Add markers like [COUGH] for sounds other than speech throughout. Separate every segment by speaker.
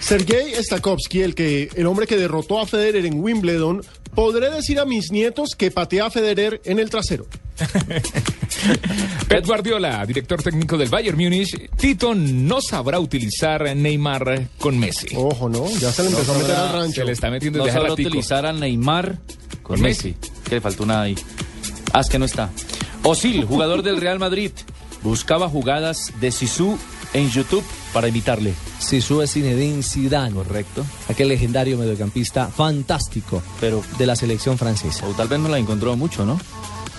Speaker 1: Sergei Stakovsky, el, que, el hombre que derrotó a Federer en Wimbledon, podré decir a mis nietos que patea a Federer en el trasero.
Speaker 2: Pep Guardiola, director técnico del Bayern Múnich, Tito no sabrá utilizar Neymar con Messi.
Speaker 3: Oh,
Speaker 1: Ojo, ¿no? Ya se le empezó a meter al rancho. [LAUGHS]
Speaker 2: Se le está metiendo
Speaker 3: No
Speaker 2: desde hace
Speaker 3: sabrá
Speaker 2: ratico.
Speaker 3: utilizar a Neymar con
Speaker 2: Con Messi.
Speaker 3: Messi. Que le faltó una ahí. Ah, es que no está. Osil, jugador del Real Madrid, buscaba jugadas de Sisu en YouTube para imitarle.
Speaker 4: Sisu es Zinedine Zidane. Correcto. Aquel legendario mediocampista fantástico
Speaker 3: Pero-
Speaker 4: de la selección francesa.
Speaker 3: O tal vez no la encontró mucho, ¿no?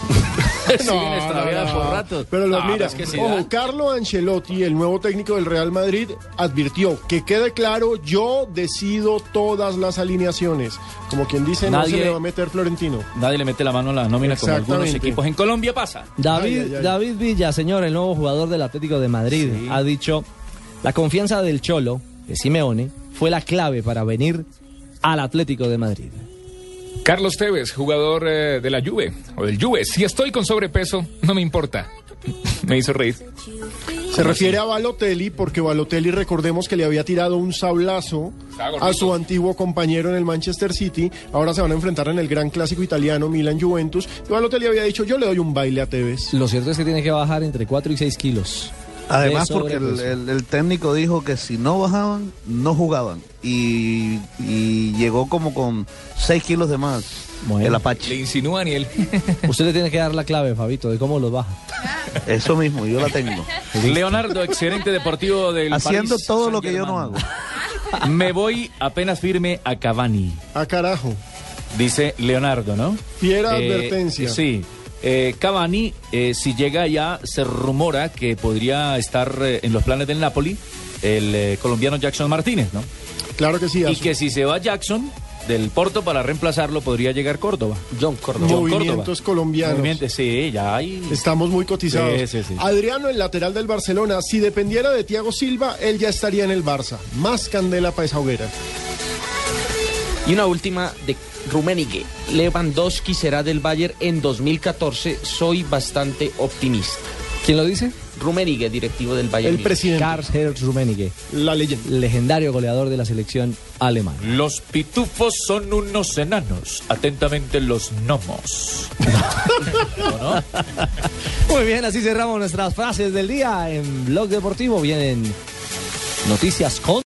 Speaker 1: No,
Speaker 3: Siguen extraviadas
Speaker 1: no, no.
Speaker 3: por ratos.
Speaker 1: Pero lo
Speaker 3: Ah,
Speaker 1: mira,
Speaker 3: es que sí,
Speaker 1: ojo,
Speaker 3: da.
Speaker 1: Carlo Ancelotti, el nuevo técnico del Real Madrid, advirtió que quede claro, yo decido todas las alineaciones. Como quien dice, no se
Speaker 3: Nadie-
Speaker 1: le va a meter Florentino.
Speaker 3: Nadie le mete la mano a la nómina como algunos
Speaker 1: Exactamente.
Speaker 3: equipos. En Colombia pasa.
Speaker 4: David,
Speaker 1: Ay, ay, ay.
Speaker 4: David Villa, señor, el nuevo jugador del Atlético de Madrid, ha dicho, la confianza del Cholo, de Simeone, fue la clave para venir al Atlético de Madrid.
Speaker 2: Carlos Tevez, jugador eh, de la Juve o del Juve. Si estoy con sobrepeso, no me importa. [LAUGHS] me hizo reír.
Speaker 1: Se refiere a Balotelli porque Balotelli recordemos que le había tirado un sablazo
Speaker 2: Estaba gordito.
Speaker 1: a su antiguo compañero en el Manchester City. Ahora se van a enfrentar en el gran clásico italiano Milan Juventus. Y Balotelli había dicho, yo le doy un baile a Tevez.
Speaker 4: Lo cierto es que tiene que bajar entre 4 y 6 kilos.
Speaker 5: Además,
Speaker 4: de
Speaker 5: porque el,
Speaker 4: sobrepeso.
Speaker 5: el- el técnico dijo que si no bajaban, no jugaban. Y, y llegó como con 6 kilos de más
Speaker 4: Bueno.
Speaker 5: el
Speaker 2: Le
Speaker 5: Apache.
Speaker 2: insinúa a Daniel.
Speaker 4: [LAUGHS] Usted le tiene que dar la clave, Fabito, de cómo los baja.
Speaker 5: Eso mismo, yo la tengo.
Speaker 3: Leonardo, excelente deportivo del
Speaker 5: Haciendo
Speaker 3: París
Speaker 5: todo lo que yo no hago.
Speaker 3: Saint-Germain. Me voy apenas firme a Cavani.
Speaker 1: Ah, carajo.
Speaker 3: Dice Leonardo, ¿no? Eh,
Speaker 1: Fiera advertencia.
Speaker 3: Sí. Eh, Cavani, eh, si llega ya, se rumora que podría estar eh, en los planes del Napoli el eh, colombiano Jackson Martínez, ¿no?
Speaker 1: Claro que sí.
Speaker 3: Y
Speaker 1: Azu.
Speaker 3: que si se va Jackson del Porto para reemplazarlo, podría llegar Córdoba. John Córdoba.
Speaker 1: Movimientos colombianos.
Speaker 3: Movimientos, sí, ya hay.
Speaker 1: Estamos muy cotizados.
Speaker 3: Sí, sí, sí.
Speaker 1: Adriano, el lateral del Barcelona, si dependiera de Thiago Silva, él ya estaría en el Barça. Más candela para esa hoguera.
Speaker 6: Y una última de Rummenigge. Lewandowski será del Bayern en 2014. Soy bastante optimista.
Speaker 4: ¿Quién lo dice?
Speaker 6: Rummenigge, directivo del Bayern.
Speaker 1: El
Speaker 6: Múnich.
Speaker 1: presidente,
Speaker 4: Karl-Heinz Rummenigge,
Speaker 1: la leyenda.
Speaker 4: legendario goleador de la selección alemana.
Speaker 3: Los pitufos son unos enanos. Atentamente los gnomos.
Speaker 4: Muy bien, así cerramos nuestras frases del día en Blog Deportivo. Vienen noticias con...